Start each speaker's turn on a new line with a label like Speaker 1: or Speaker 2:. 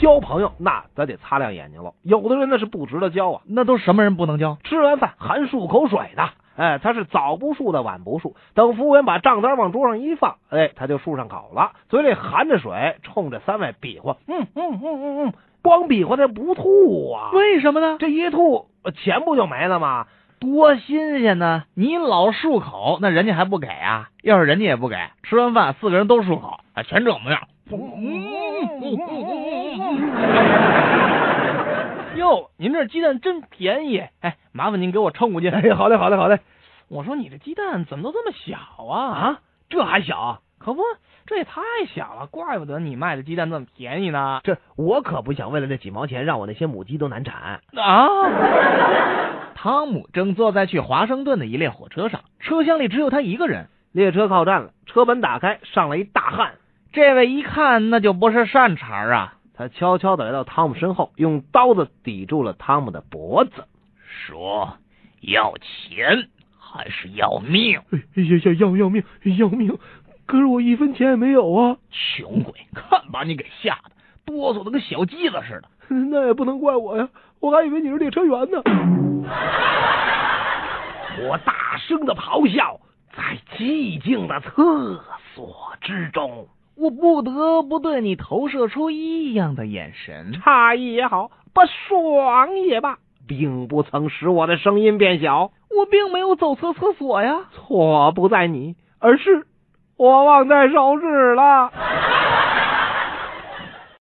Speaker 1: 交朋友那咱得擦亮眼睛了，有的人那是不值得交啊。
Speaker 2: 那都什么人不能交？
Speaker 1: 吃完饭含漱口水的，哎，他是早不漱的晚不漱，等服务员把账单往桌上一放，哎，他就漱上口了，嘴里含着水，冲着三位比划，嗯嗯嗯嗯嗯，光比划他不吐啊，
Speaker 2: 为什么呢？
Speaker 1: 这一吐呃钱不就没了吗？
Speaker 2: 多新鲜呢！你老漱口，那人家还不给啊？要是人家也不给，吃完饭四个人都漱口，啊，全这模样。嗯嗯 哟，您这鸡蛋真便宜！哎，
Speaker 1: 啊
Speaker 2: 麻烦您给我称过去。
Speaker 1: 哎，好嘞，好嘞，好嘞，
Speaker 2: 我说你这鸡蛋怎么都这么小啊？
Speaker 1: 啊，这还小？
Speaker 2: 可不，这也太小了，怪不得你卖的鸡蛋这么便宜呢。
Speaker 1: 这我可不想为了那几毛钱让我那些母鸡都难产。
Speaker 2: 啊！汤姆正坐在去华盛顿的一列火车上，车厢里只有他一个人。
Speaker 1: 列车靠站了，车门打开，上来一大汉，
Speaker 2: 这位一看那就不是善茬儿啊，
Speaker 1: 他悄悄的来到汤姆身后，用刀子抵住了汤姆的脖子。
Speaker 3: 说要钱还是要命？
Speaker 4: 要要哎要要命要命！可是我一分钱也没有啊！
Speaker 3: 穷鬼，看把你给吓的，哆嗦的跟小鸡子似的。
Speaker 4: 那也不能怪我呀，我还以为你是列车员呢。
Speaker 1: 我大声的咆哮，在寂静的厕所之中，
Speaker 2: 我不得不对你投射出异样的眼神。
Speaker 1: 诧异也好，不爽也罢，并不曾使我的声音变小。
Speaker 2: 我并没有走错厕所呀。
Speaker 1: 错不在你，而是我忘带手纸了。